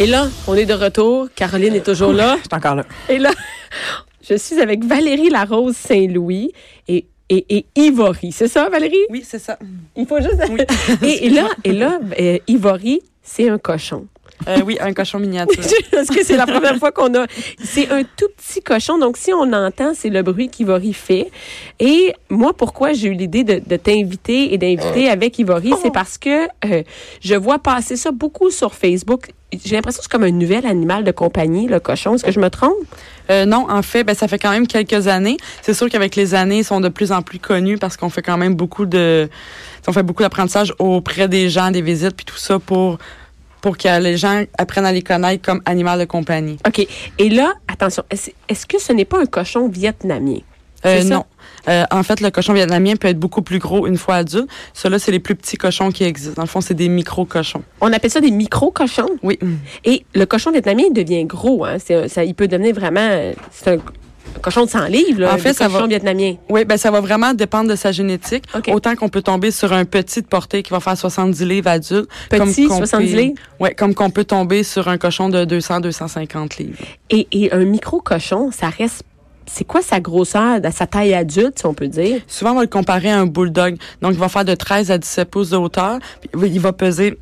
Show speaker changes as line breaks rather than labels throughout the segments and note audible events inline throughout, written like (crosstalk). Et là, on est de retour. Caroline est toujours là.
Je suis encore là.
Et là, je suis avec Valérie Larose Saint-Louis et, et, et Ivory. C'est ça, Valérie?
Oui, c'est ça.
Il faut juste. (laughs) et, et là, et là euh, Ivory, c'est un cochon.
Euh, oui, un cochon miniature.
(laughs) Parce que c'est la première fois qu'on a. C'est un tout petit cochon. Donc, si on entend, c'est le bruit qu'Ivory fait. Et moi, pourquoi j'ai eu l'idée de, de t'inviter et d'inviter avec Ivory, c'est parce que euh, je vois passer ça beaucoup sur Facebook. J'ai l'impression que c'est comme un nouvel animal de compagnie, le cochon. Est-ce que je me trompe?
Euh, non, en fait, ben, ça fait quand même quelques années. C'est sûr qu'avec les années, ils sont de plus en plus connus parce qu'on fait quand même beaucoup de, on fait beaucoup d'apprentissage auprès des gens, des visites, puis tout ça pour pour que les gens apprennent à les connaître comme animal de compagnie.
OK. Et là, attention, est-ce est-ce que ce n'est pas un cochon vietnamien?
Euh,
C'est ça?
non. Euh, en fait, le cochon vietnamien peut être beaucoup plus gros une fois adulte. Ceux-là, c'est les plus petits cochons qui existent. Dans le fond, c'est des micro-cochons.
On appelle ça des micro-cochons.
Oui.
Et le cochon vietnamien, il devient gros. Hein? C'est un- ça, il peut devenir vraiment. euh, C'est un cochon de 100 livres, là,
En fait,
le
ça
cochon
va-
vietnamien.
Oui, ben ça va vraiment dépendre de sa génétique.
OK.
Autant qu'on peut tomber sur un petit de portée qui va faire 70 livres adulte.
Petit,
qu'on
70
peut-
livres?
Ouais, comme qu'on peut tomber sur un cochon de 200-250 livres.
Et, et un micro-cochon, ça reste. C'est quoi sa grosseur, sa taille adulte, si on peut dire?
Souvent, on va le comparer à un bulldog. Donc, il va faire de 13 à 17 pouces de hauteur. Puis, il va peser...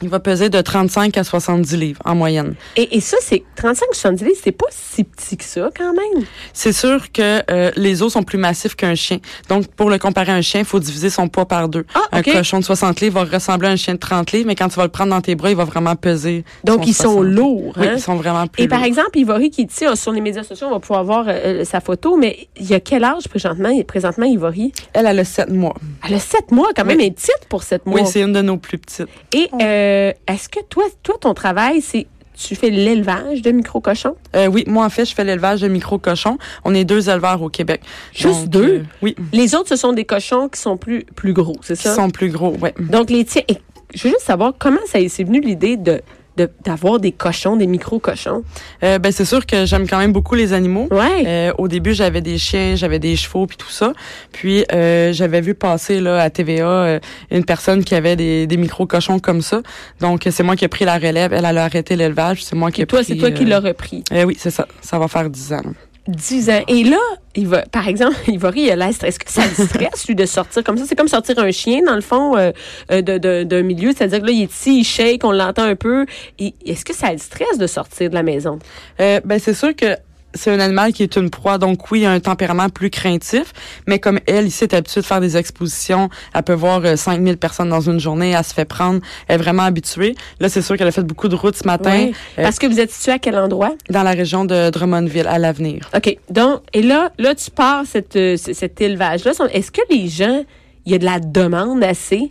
Il va peser de 35 à 70 livres en moyenne.
Et, et ça, c'est 35-70 livres, c'est pas si petit que ça, quand même.
C'est sûr que euh, les os sont plus massifs qu'un chien. Donc, pour le comparer à un chien, il faut diviser son poids par deux.
Ah, OK.
Un cochon de 60 livres va ressembler à un chien de 30 livres, mais quand tu vas le prendre dans tes bras, il va vraiment peser.
Donc,
son
ils sont
60.
lourds.
Oui,
hein?
ils sont vraiment plus
Et par
lourds.
exemple, Ivory qui, tu sais, sur les médias sociaux, on va pouvoir voir euh, sa photo, mais il y a quel âge présentement, présentement Ivory?
Elle, elle a 7 mois.
Elle a 7 mois, quand même, elle est petite pour 7 mois.
Oui, c'est une de nos plus petites.
Et euh, est-ce que toi, toi, ton travail, c'est tu fais l'élevage de micro-cochons?
Euh, oui, moi, en fait, je fais l'élevage de micro-cochons. On est deux éleveurs au Québec.
Juste
Donc,
deux?
euh, oui,
Les autres, ce sont des cochons qui sont plus, plus gros, c'est
qui
ça?
sont plus gros, ouais.
Donc, les tiens. Et je veux juste savoir comment ça c'est venu l'idée de de- d'avoir des cochons, des micro-cochons.
Euh, ben, c'est sûr que j'aime quand même beaucoup les animaux.
Ouais.
Euh, au début, j'avais des chiens, j'avais des chevaux, puis tout ça. Puis euh, j'avais vu passer là à TVA euh, une personne qui avait des, des micro cochons comme ça. Donc c'est moi qui ai pris la relève. Elle, elle a arrêté l'élevage. C'est moi qui
Et
ai
toi,
pris,
c'est toi qui
euh,
l'as repris.
euh, oui, c'est ça. Ça va faire 10 ans. là.
10 ans. Et là, il va, par exemple, (laughs) Ivory, il a l'air stressé. Est-ce que ça le stresse, lui, de sortir comme ça? C'est comme sortir un chien, dans le fond, euh, euh, de- de- d'un milieu. C'est-à-dire que là, il est ici, il shake, on l'entend un peu. Et Est-ce que ça le stresse de sortir de la maison?
Euh, ben c'est sûr que c'est un animal qui est une proie, donc oui, il a un tempérament plus craintif, mais comme elle, ici, est habituée de faire des expositions, elle peut voir euh, 5000 personnes dans une journée, elle se fait prendre, elle est vraiment habituée. Là, c'est sûr qu'elle a fait beaucoup de routes ce matin
Ouais.
euh,
Ben, Parce que vous êtes situé à quel endroit?
dans la région de Drummondville, à l'avenir.
OK. Donc, et là, là, tu pars cette, euh, c- cet élevage-là. Son- Est-ce que les gens, il y a de la demande assez?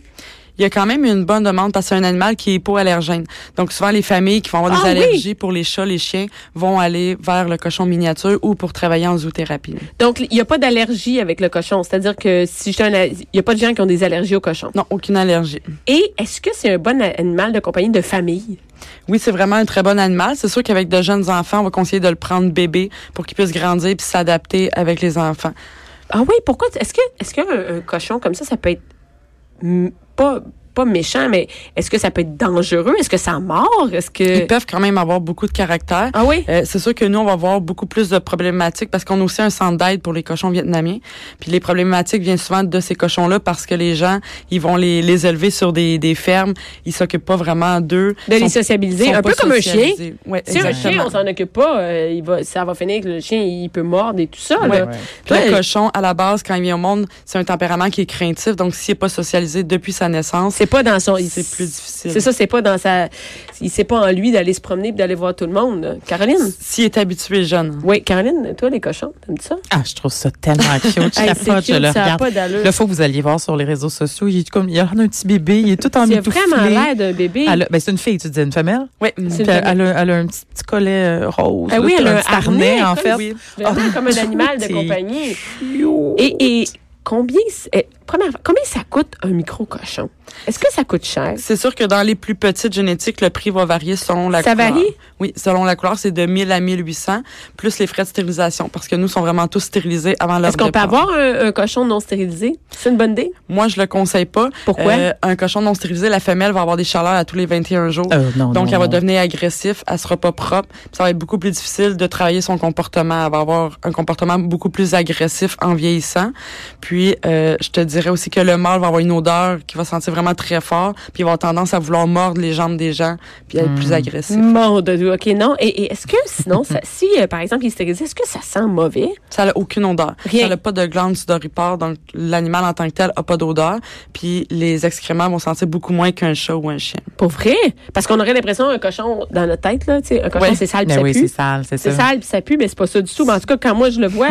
Il y a quand même une bonne demande parce que c'est un animal qui est hypoallergène. Donc souvent les familles qui vont avoir
Ah
des
oui!
allergies pour les chats, les chiens vont aller vers le cochon miniature ou pour travailler en zoothérapie.
Donc, il n'y a pas d'allergie avec le cochon. C'est-à-dire que si j'ai un, a- il n'y a pas de gens qui ont des allergies au cochon.
Non, aucune allergie.
Et est-ce que c'est un bon a- animal de compagnie de famille?
Oui, c'est vraiment un très bon animal. C'est sûr qu'avec de jeunes enfants, on va conseiller de le prendre bébé pour qu'il puisse grandir puis s'adapter avec les enfants.
Ah oui, pourquoi? Est-ce que, est-ce qu'un un cochon comme ça, ça peut être mm, pas, pas méchant, mais est-ce que ça peut être dangereux? Est-ce que ça mord? Est-ce que.
Ils peuvent quand même avoir beaucoup de caractère.
Ah oui?
Euh, c'est sûr que nous, on va avoir beaucoup plus de problématiques parce qu'on a aussi un centre d'aide pour les cochons vietnamiens. Puis les problématiques viennent souvent de ces cochons-là parce que les gens, ils vont les, les élever sur des, des fermes. Ils s'occupent pas vraiment d'eux.
De les
Ils sont-
sociabiliser,
sont
un peu
pas
comme un chien.
socialisés. Ouais,
Si un chien, on
exactement.
s'en occupe pas, euh, il va, ça va finir que le chien, il peut mordre et tout ça.
Ouais.
Ah, là.
Puis
Ouais.
Le cochon, à la base, quand il vient au monde, c'est un tempérament qui est craintif. Donc, s'il n'est pas socialisé depuis sa naissance,
C'est pas dans son. il-
c'est Oh, plus difficile.
C'est ça, c'est pas dans sa. Il sait pas en lui d'aller se promener et d'aller voir tout le monde. là. Caroline?
S'il est habitué jeune.
Oui, Caroline, toi, les cochons, t'aimes ça?
Ah, je trouve ça tellement cute.
(laughs)
Je
Hey,
capote,
cute,
je le
ça a
regarde.
pas d'allure.
Là, faut que vous alliez voir sur les réseaux sociaux. Il est comme, il y a un petit bébé, il est tout en
Il a
mitouflé.
vraiment l'air d'un bébé.
Elle a- ben, c'est une fille, tu disais, une femelle?
Oui.
C'est
Puis
une
elle,
femelle.
elle a, elle a un petit, petit collet euh, rose.
Ah
là,
oui,
puis
elle a un
petit harnais,
harnais,
en
comme-
fait.
Oui.
Vraiment
Ah,
comme un animal de
c'est
compagnie.
Cute.
Et, et combien, c- eh, première, fois, combien ça coûte un micro-cochon? Est-ce que ça coûte cher?
C'est sûr que dans les plus petites génétiques, le prix va varier selon la
Ça
couleur.
varie?
Oui, selon la couleur, c'est de 1000 à 1800, plus les frais de stérilisation, parce que nous sont vraiment tous stérilisés avant leur
Est-ce qu'on peut
départ.
avoir un, un cochon non stérilisé? C'est une bonne idée?
Moi, je le conseille pas.
Pourquoi?
Euh, un cochon non stérilisé, la femelle va avoir des chaleurs à tous les 21 jours.
Euh, non,
Donc,
non,
elle va
non.
devenir agressive, elle sera pas propre. puis Ça va être beaucoup plus difficile de travailler son comportement. Elle va avoir un comportement beaucoup plus agressif en vieillissant. Puis, euh, je te dirais aussi que le mâle va avoir une odeur qui va sentir vraiment très fort. Puis, il va avoir tendance à vouloir mordre les jambes des gens, puis être
Hmm.
plus agressif.
Mon de Dieu, OK, non. Et, et est-ce que sinon, ça- si euh, par exemple il est stérilisé, est-ce que ça sent mauvais?
Ça n'a aucune odeur.
Rien.
Ça n'a pas de glande sudoripare, donc l'animal en tant que tel a pas d'odeur. Puis, les excréments vont sentir beaucoup moins qu'un chat ou un chien.
Pour vrai? Parce qu'on aurait l'impression un cochon dans notre tête, là, tu sais, un cochon
Ouais.
c'est sale puis
Mais
ça
Ben oui, c'est
pue.
sale, c'est
C'est
ça.
sale puis ça pue, mais c'est pas ça du tout. Mais en tout cas, quand moi je le vois,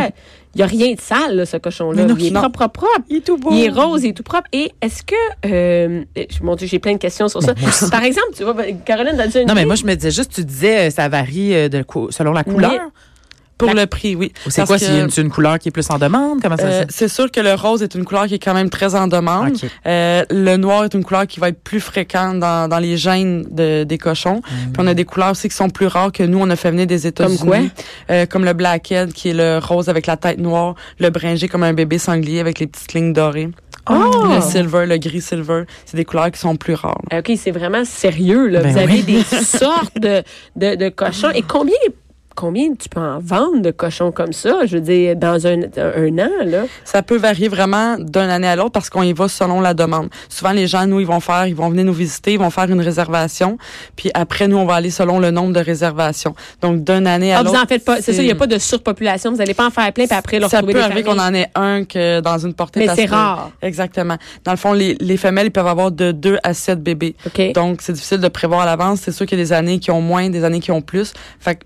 il y a rien de sale, là, ce cochon-là.
Mais non,
Il est
non.
propre, propre, propre.
Il est tout beau.
Il est rose, il est tout propre. Et est-ce que. Euh, euh, mon Dieu, j'ai plein de questions sur ça. Par exemple, tu vois, ben, Caroline a dit une
Ben Non, mais
idée.
moi, je me disais juste, tu disais, euh, ça varie euh, de cou- selon la couleur.
Pour
La-
le prix, oui.
Ou c'est
Parce
quoi,
que-
s'il y a une, c'est une couleur qui est plus en demande? Comment ça
Euh,
se-
c'est sûr que le rose est une couleur qui est quand même très en demande.
Ok.
Euh, le noir est une couleur qui va être plus fréquente dans, dans les gènes de- des cochons. Puis on a des couleurs aussi qui sont plus rares que nous, on a fait venir des États-Unis.
Comme quoi?
Euh, comme le blackhead qui est le rose avec la tête noire, le bringé comme un bébé sanglier avec les petites lignes dorées.
Oh! Euh,
Le silver, le gris silver, c'est des couleurs qui sont plus rares.
OK, c'est vraiment sérieux. Là.
Ben
Vous avez
oui.
des sortes de, de, de cochons. Et combien, combien tu peux en vendre de cochons comme ça? Je veux dire, dans un, un an, là.
Ça peut varier vraiment d'une année à l'autre parce qu'on y va selon la demande. Souvent, les gens, nous, ils vont faire, ils vont venir nous visiter, ils vont faire une réservation. Puis après, nous, on va aller selon le nombre de réservations. Donc, d'une année
Ah,
à
vous
l'autre.
en faites pas. C'est ça, il n'y a pas de surpopulation. Vous n'allez pas en faire plein, puis après, leur
Ça
trouver
peut
des
arriver qu'on
familles.
en ait un que dans une portée.
Mais
ça
c'est
se peut.
rare.
Exactement. Dans le fond, les, les femelles, ils peuvent avoir de 2 à 7 bébés.
OK.
Donc, c'est difficile de prévoir à l'avance. C'est sûr qu'il y a des années qui ont moins, des années qui ont plus. Fait que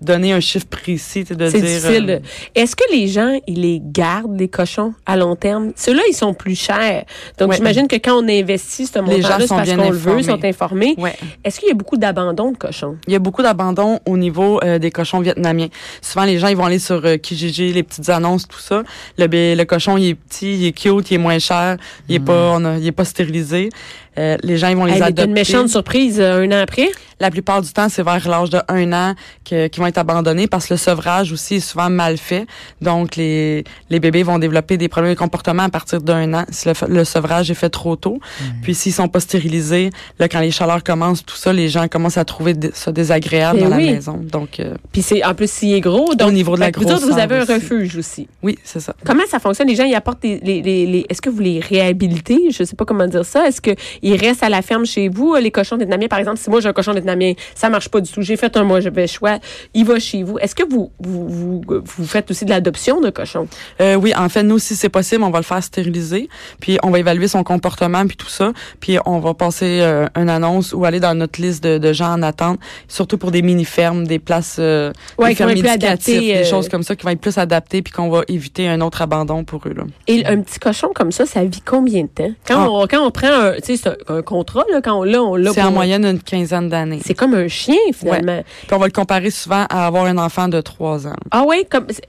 donner un chiffre précis, c'est de
C'est
dire...
difficile.
euh,
Est-ce que les gens, ils les gardent, les cochons, à long terme? Ceux-là, ils sont plus chers. Donc,
Ouais.
j'imagine que quand on investit ce montant-là,
gens
c'est
sont
parce
bien
qu'on le veut, ils sont
informés.
informés.
ouais.
Est-ce qu'il y a beaucoup d'abandon de cochons?
Il y a beaucoup d'abandon au niveau euh, des cochons vietnamiens. Souvent, les gens, ils vont aller sur euh, Kijiji, les petites annonces, tout ça. Le, bé- le cochon, il est petit, il est cute, il est moins cher, il est pas, on a- il est pas stérilisé. Euh, les gens, ils vont les
Mm. Hey, mais t'as
adopter.
une méchante surprise euh, un an après?
La plupart du temps, c'est vers l'âge de un an que- qu'ils vont être abandonnés parce que le sevrage aussi est souvent mal fait. Donc, les, les bébés vont développer des problèmes de comportement à partir d'un an si le, f- le sevrage est fait trop tôt. Puis, s'ils sont pas stérilisés, là, quand les chaleurs commencent, tout ça, les gens commencent à trouver d- ça désagréable
Ben
dans
oui.
la maison. Donc, euh,
Puis c'est en plus s'il est gros, donc
Au niveau de la
Fait que vous autres, vous
grosseur
avez un
aussi.
refuge aussi.
Oui, c'est ça.
Comment ça fonctionne Les gens ils apportent des- les, les, les- est-ce que vous les réhabilitez Je sais pas comment dire ça. Est-ce que ils restent à la ferme chez vous Euh, les cochons vietnamiens par exemple Si moi j'ai un cochon vietnamien, ça marche pas du tout. J'ai fait un mois, j'avais le choix. Il va chez vous. Est-ce que vous vous, vous vous faites aussi de l'adoption de cochons
Euh, oui, en fait, nous, si c'est possible, on va le faire stériliser, puis on va évaluer son comportement, puis tout ça, puis on va passer euh, une annonce ou aller dans notre liste de, de gens en attente, surtout pour des mini-fermes, des places, euh,
Ouais,
des
qui vont
fermes
être plus
éducatives,
adaptées,
des
euh,
choses comme ça qui vont être plus adaptées, puis qu'on va éviter un autre abandon pour eux. Là.
Et un petit cochon comme ça, ça vit combien de temps Quand
Ah.
on quand on prend un tu sais c'est un, un contrat là, quand on l'a on l'a
C'est en
pour-
moyenne une quinzaine d'années.
C'est comme un chien finalement.
Puis on va le comparer souvent à avoir un enfant de trois ans.
Ah oui, comme c'est-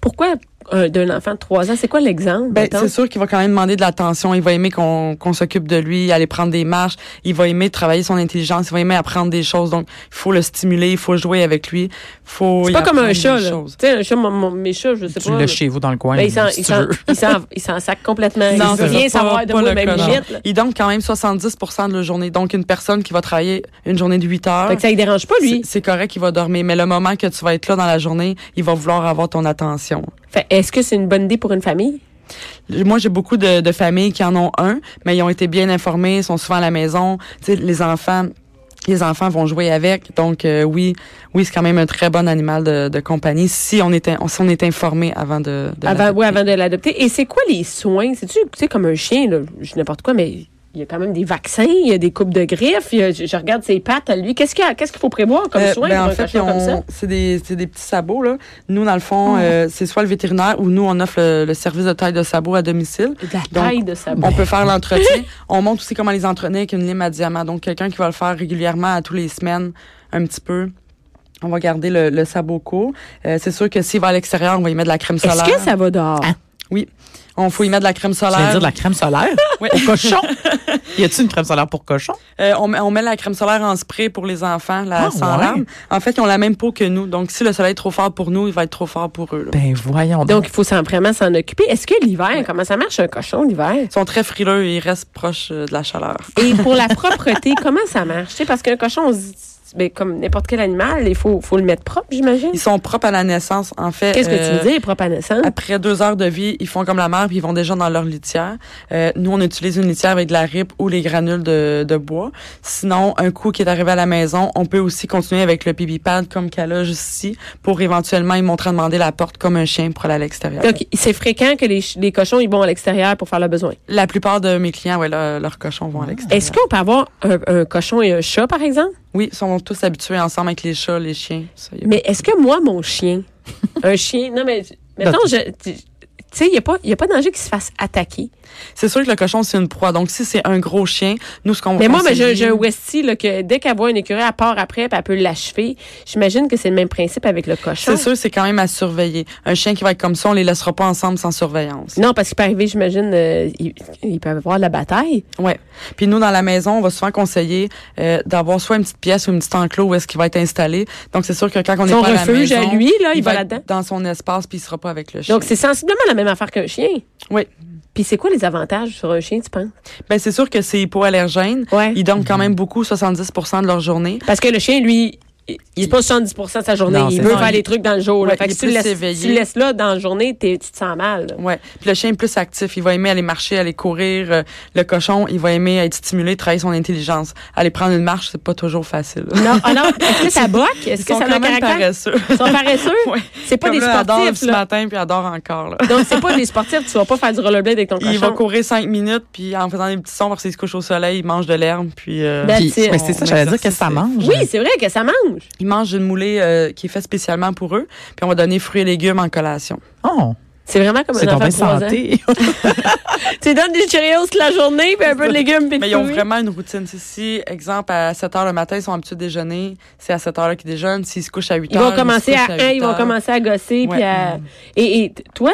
pourquoi euh, d'un enfant de 3 ans, c'est quoi l'exemple
Ben,
mettons?
c'est sûr qu'il va quand même demander de l'attention. Il va aimer qu'on qu'on s'occupe de lui, aller prendre des marches. Il va aimer travailler son intelligence. Il va aimer apprendre des choses. Donc, il faut le stimuler, il faut jouer avec lui. Faut
C'est
y
pas comme un
apprendre
chat,
des
là. Tu
choses.
sais, un chat, mon- mon- mes chats, je sais
Tu
pas.
l'as
là.
chez vous dans le coin.
Ben, il s'en-
si
il
tu
s'en-
veux.
il s'en- il s'en sac complètement.
Non,
Il veut
c'est
rien
ça.
savoir
Pas-
de
pas
moi,
le
même
cochon.
limite. là.
Il donne quand même 70 de la journée. Donc, une personne qui va travailler une journée de 8 heures,
Fait que ça ne dérange pas,
c'est
lui.
c'est correct, il va dormir. Mais le moment que tu vas être là dans la journée, il va vouloir avoir ton attention.
Fait, Est-ce que c'est une bonne idée pour une famille?
Moi, j'ai beaucoup de, de familles qui en ont un, mais ils ont été bien informés, ils sont souvent à la maison. Tu sais, les enfants, les enfants vont jouer avec. Donc, euh, oui, oui, c'est quand même un très bon animal de, de compagnie si on est, in- si on est informé avant de. de
Avant,
l'adopter.
oui, avant de l'adopter. Et c'est quoi les soins? C'est-tu, tu sais, comme un chien, là, je dis n'importe quoi, mais il y a quand même des vaccins, il y a des coupes de griffes, il y a- je, je regarde ses pattes à lui. Qu'est-ce qu'il y a- qu'est-ce qu'il faut prévoir comme
Euh,
soins
ben,
pour
en
un
fait,
cochon comme
on-
ça? Mmh.
c'est des, c'est des petits sabots. Là. Nous, dans le fond, euh, c'est soit le vétérinaire ou nous, on offre le, le service de taille de sabots à domicile.
De la
donc,
taille de sa
On
Ben.
peut faire
(laughs)
l'entretien. on montre aussi comment les entretenir avec une lime à diamant. Donc, quelqu'un qui va le faire régulièrement à tous les semaines, un petit peu. On va garder le, le sabot court. Euh, c'est sûr que s'il va à l'extérieur, on va y mettre de la crème
Est-ce
solaire. Ah.
que ça va dehors?
Oui. On faut y mettre de la crème
Tu viens de
solaire.
dire de la crème (laughs) solaire?
Oui.
Pour cochon? Y a-t-il une crème solaire pour cochon?
Euh, on, met, on met la crème solaire en spray pour les enfants, la
Ah,
sans
ouais?
larmes. En fait, ils ont la même peau que nous. Donc, si le soleil est trop fort pour nous, il va être trop fort pour eux. là.
Ben voyons donc.
Donc, il faut s'en- vraiment s'en occuper. Est-ce que l'hiver, comment ça marche un cochon l'hiver?
Ils sont très frileux et ils restent proches euh, de la chaleur.
Et pour la propreté, (laughs) comment ça marche? Tu sais, parce qu'un cochon, on se dit, ben, comme n'importe quel animal, il faut, faut le mettre propre, j'imagine.
Ils sont propres à la naissance, en fait.
Qu'est-ce que tu
euh,
veux dire, propre à naissance?
Après deux heures de vie, ils font comme la mère, puis ils vont déjà dans leur litière. Euh, nous, on utilise une litière avec de la ripe ou les granules de, de bois. Sinon, un coup qui est arrivé à la maison, on peut aussi continuer avec le pipi pad comme qu'elle a juste ici, pour éventuellement, ils montrent à demander la porte comme un chien pour aller à l'extérieur.
Donc, c'est fréquent que les, ch- les cochons, ils vont à l'extérieur pour faire leurs besoins.
La plupart de mes clients, ouais, leur- leurs cochons vont à l'extérieur.
Est-ce qu'on peut avoir un, un cochon et un chat, par exemple?
Oui, ils sont tous habitués ensemble avec les chats, les chiens. Ça, y est.
Mais est-ce que moi, mon
(laughs)
chien, un chien, non, mais, mettons, je, tu sais, il n'y a, pas- y a pas de danger qu'il se fasse attaquer.
C'est sûr que le cochon, c'est une proie. Donc, si c'est un gros chien, nous, ce qu'on va
Mais moi, ben, j'ai
conseiller-
j'ai un Westie, là, que dès qu'elle voit une écureuil, elle part après, puis elle peut l'achever. J'imagine que c'est le même principe avec le cochon.
C'est sûr, c'est quand même à surveiller. Un chien qui va être comme ça, on les laissera pas ensemble sans surveillance.
Non, parce qu'il peut arriver, j'imagine, euh, il, il peut avoir de la bataille.
Ouais. Puis nous dans la maison, on va souvent conseiller euh, d'avoir soit une petite pièce ou une petite enclos où est-ce qu'il va être installé. Donc c'est sûr que quand on est
Son
pas à la
refuge à
maison,
lui, là, il, va
être
là-dedans.
dans son espace puis il sera pas avec le chien.
Donc, c'est sensiblement la même affaire qu'un chien.
Oui.
Puis c'est quoi les avantages sur un chien, tu penses?
ben c'est sûr que c'est hypoallergène.
Ouais.
Ils dorment quand même beaucoup, 70% de leur journée.
Parce que le chien, lui, il- il c'est pas 70 de sa journée.
Non,
il
c'est
veut
ça.
faire les trucs dans le jour. là.
Ouais,
fait que
il est
si tu, le
plus
laisses,
éveillé.
tu le laisses là dans la journée, t'es- tu te sens mal. là.
Ouais. Puis le chien est plus actif, il va aimer aller marcher, aller courir. Euh, Le cochon, il va aimer être stimulé, travailler son intelligence. Aller prendre une marche, c'est pas toujours facile.
Non, ah non, (laughs) est-ce
(laughs)
que ça boque? Est-ce
Ils
que
sont
ça a
quand
un
même
caractère?
paresseux.
Ils sont paresseux?
Ouais.
C'est pas
Comme
des
là, elle dort
sportifs,
ce
là.
matin puis adore encore là.
Donc, c'est pas des sportifs. Tu vas pas faire du rollerblade avec ton
(laughs) Il va
cochon.
courir cinq minutes, puis en faisant des petits sons parce qu'il se couche au soleil, il mange de l'herbe, puis euh,
Ben,
Puis-
that's it.
mais c'est ça,
On
j'allais dire
exerce
que ça
ses-
mange.
Oui, c'est vrai que ça mange.
il mange une moulée euh, qui est faite spécialement pour eux, puis on va donner fruits et légumes en collation.
Oh,
C'est vraiment comme
c'est
un enfant
tombé
de trois ans.
santé. (laughs)
Tu donnes des Cheerios toute la journée, puis un peu de légumes, puis de
Mais ils ont
fruits.
vraiment une routine. C'est Si, exemple, à 7 heures le matin, ils sont habitués de déjeuner, c'est à 7 heures qu'ils déjeunent. S'ils se couchent à 8
Ils
heures,
vont commencer
se
à
couchent
1, ils
8
vont
heures.
commencer à gosser, puis
Ouais.
à... Et, et t- toi,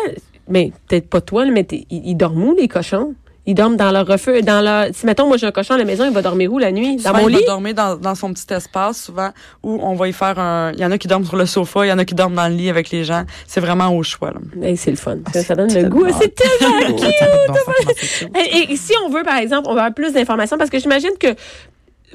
mais peut-être pas toi, là, mais t'es- ils ils dorment où, les cochons? Ils dorment dans leur refuge, dans leur... Si, mettons, moi, j'ai un cochon à la maison, il va dormir où la nuit? Dans
Souvent,
mon
il va
lit?
dormir dans, dans son petit espace, souvent, où on va y faire un... Il y en a qui dorment sur le sofa, il y en a qui dorment dans le lit avec les gens. C'est vraiment au choix. Là.
Hey, c'est le fun. ça, ça
c'est
donne le
tellement
goût. Ah, C'est tellement...
Oh, Ça n'a pas de bon sens, comment c'est cute.
Et, et si on veut, par exemple, on va avoir plus d'informations, parce que j'imagine que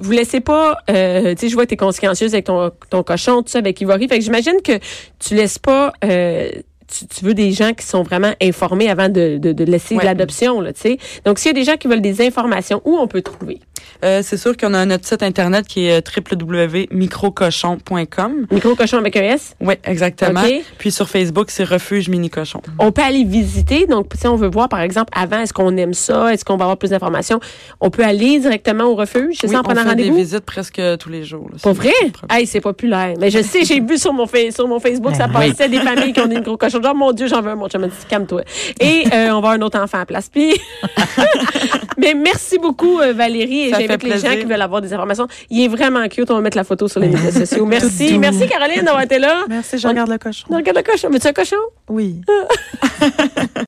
vous laissez pas... euh, tu sais, je vois que tu es consciencieuse avec ton, ton cochon, tout ça, avec Ivory. Fait que j'imagine que tu laisses pas... euh, tu, tu veux des gens qui sont vraiment informés avant de, de, de laisser de
Ouais.
l'adoption, là, tu sais. Donc, s'il y a des gens qui veulent des informations, où on peut trouver?
Euh, c'est sûr qu'on a notre site internet qui est euh, www.microcochon.com.
Micro-cochon avec un S.
Oui, exactement.
OK.
Puis sur Facebook, c'est Refuge Mini Cochon.
On peut aller visiter. Donc, si on veut voir, par exemple, avant, est-ce qu'on aime ça? Est-ce qu'on va avoir plus d'informations? On peut aller directement au refuge, c'est
Oui,
ça, en
on
prenant
fait des
rendez-vous?
visites presque tous les jours. là.
Pour
C'est-
vrai?
c'est propre.
Hey, c'est populaire. Mais je sais, j'ai vu sur mon, fa- sur mon Facebook, ça
Ben oui.
passait des familles qui ont des micro cochons. Genre, mon Dieu, j'en veux un, mon chum. Elle dit, calme-toi. Et euh, on va avoir un autre enfant à la place. Puis- (laughs) Mais merci beaucoup, euh, Valérie. Et
Ça
j'invite
fait
les gens
plaisir.
qui veulent avoir des informations. Il est vraiment cute. On va mettre la photo sur les médias sociaux.
Ben. (laughs) Tout
Merci.
doux.
Merci, Caroline, d'avoir été là.
Merci, je
On-
regarde le cochon.
Non, regarde le cochon. Mais tu un cochon?
Oui.